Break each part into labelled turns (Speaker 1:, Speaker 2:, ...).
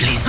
Speaker 1: Les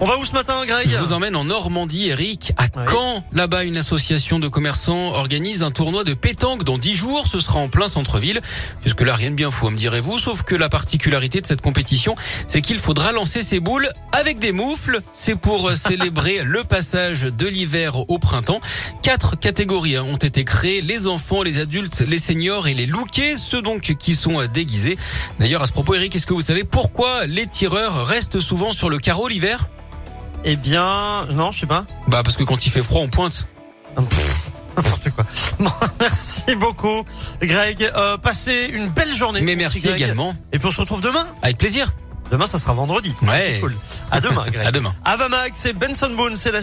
Speaker 2: On va où ce matin, Greg
Speaker 3: Je vous emmène en Normandie, Eric, à
Speaker 2: Ouais.
Speaker 3: Caen. Là-bas, une association de commerçants organise un tournoi de pétanque dans 10 jours. Ce sera en plein centre-ville. Jusque-là, rien de bien fou, hein, me direz-vous. Sauf que la particularité de cette compétition, c'est qu'il faudra lancer ses boules avec des moufles. C'est pour euh, célébrer le passage de l'hiver au printemps. Quatre catégories hein, ont été créées. Les enfants, les adultes, les seniors et les louquets. Ceux donc qui sont euh, déguisés. D'ailleurs, à ce propos, Eric, est-ce que vous savez pourquoi les tireurs restent souvent sur le carreau l'hiver
Speaker 2: Eh bien, non, je sais pas.
Speaker 3: Bah parce que quand il fait froid, on pointe.
Speaker 2: Pff, N'importe quoi. Bon, merci beaucoup, Greg. Euh, passez une belle journée.
Speaker 3: Mais
Speaker 2: mon
Speaker 3: merci
Speaker 2: petit Greg.
Speaker 3: également.
Speaker 2: Et puis on se retrouve demain.
Speaker 3: Avec plaisir.
Speaker 2: Demain, ça sera vendredi. Ça,
Speaker 3: Ouais.
Speaker 2: C'est cool. À demain, Greg.
Speaker 3: À demain.
Speaker 2: Avamax c'est Benson Boone, c'est la